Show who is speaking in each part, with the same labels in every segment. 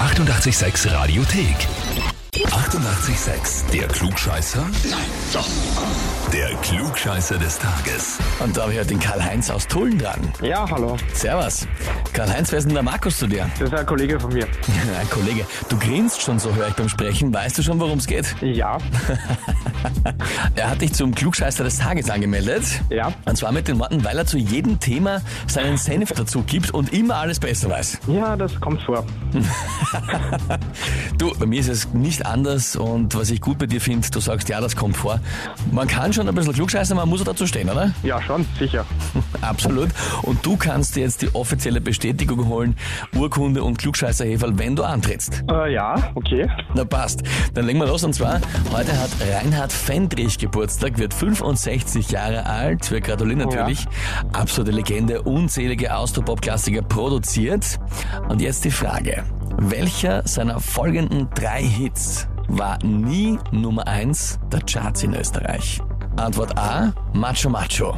Speaker 1: 886 Radiothek. 88,6. Der Klugscheißer? Nein, doch. Der Klugscheißer des Tages.
Speaker 2: Und da habe ich heute den Karl-Heinz aus Tulln dran.
Speaker 3: Ja, hallo.
Speaker 2: Servus. Karl-Heinz, wer ist denn der Markus zu dir?
Speaker 3: Das ist ein Kollege von mir.
Speaker 2: Ein Kollege, du grinst schon so, höre ich beim Sprechen. Weißt du schon, worum es geht?
Speaker 3: Ja,
Speaker 2: Er hat dich zum Klugscheißer des Tages angemeldet.
Speaker 3: Ja.
Speaker 2: Und zwar mit den Worten, weil er zu jedem Thema seinen Senf dazu gibt und immer alles besser weiß.
Speaker 3: ja, das kommt vor.
Speaker 2: Du, bei mir ist es nicht anders und was ich gut bei dir finde, du sagst, ja, das kommt vor. Man kann schon ein bisschen klugscheißen, man muss auch dazu stehen, oder?
Speaker 3: Ja, schon, sicher.
Speaker 2: Absolut. Und du kannst dir jetzt die offizielle Bestätigung holen, Urkunde und Klugscheißerheferl, wenn du antrittst.
Speaker 3: Äh, ja, okay.
Speaker 2: Na passt. Dann legen wir los und zwar, heute hat Reinhard Fendrich Geburtstag, wird 65 Jahre alt. Wir gratulieren natürlich. Absolute Legende, unzählige Austropop-Klassiker produziert. Und jetzt die Frage. Welcher seiner folgenden drei Hits war nie Nummer eins der Charts in Österreich? Antwort A, Macho Macho.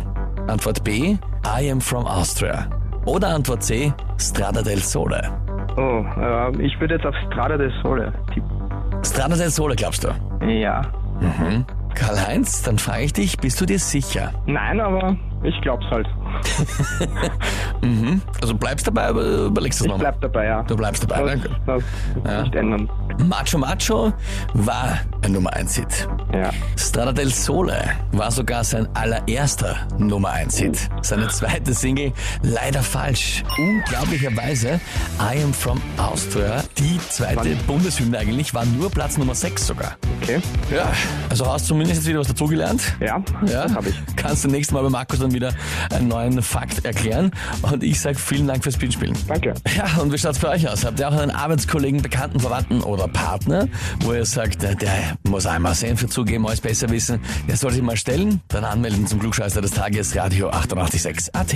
Speaker 2: Antwort B, I am from Austria. Oder Antwort C, Strada del Sole.
Speaker 3: Oh, ähm, ich würde jetzt auf Strada de Sole tippen.
Speaker 2: Strada del Sole, glaubst du?
Speaker 3: Ja.
Speaker 2: Karl-Heinz, dann frage ich dich, bist du dir sicher?
Speaker 3: Nein, aber ich glaub's halt.
Speaker 2: Also bleibst dabei, aber überlegst es
Speaker 3: Ich
Speaker 2: nochmal.
Speaker 3: bleib dabei, ja.
Speaker 2: Du bleibst dabei,
Speaker 3: Das,
Speaker 2: danke.
Speaker 3: das nicht ändern.
Speaker 2: Macho Macho war ein Nummer 1 Hit.
Speaker 3: Ja.
Speaker 2: Strada del Sole war sogar sein allererster Nummer 1 Hit. Seine zweite Single, leider falsch. Unglaublicherweise, I am from Austria, die zweite Bundeshymne eigentlich, war nur Platz Nummer 6 sogar.
Speaker 3: Okay.
Speaker 2: Ja, also hast zumindest jetzt wieder was dazugelernt.
Speaker 3: Ja,
Speaker 2: Ja,
Speaker 3: das habe ich.
Speaker 2: Kannst du nächstes Mal bei Markus dann wieder einen neuen Fakt erklären. Und ich sage vielen Dank fürs Mitspielen.
Speaker 3: Danke.
Speaker 2: Ja, und wie schaut's bei euch aus? Habt ihr auch einen Arbeitskollegen, Bekannten, Verwandten oder Partner, wo ihr sagt, der, der muss einmal Senf zugeben, alles besser wissen, der sollte sich mal stellen? Dann anmelden zum Klugscheißer des Tages, Radio 886 AT.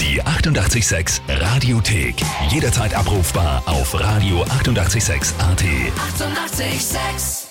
Speaker 1: Die 88,6 Radiothek. Jederzeit abrufbar auf radio886.at. 88,6.
Speaker 4: Eighty-eight, sex.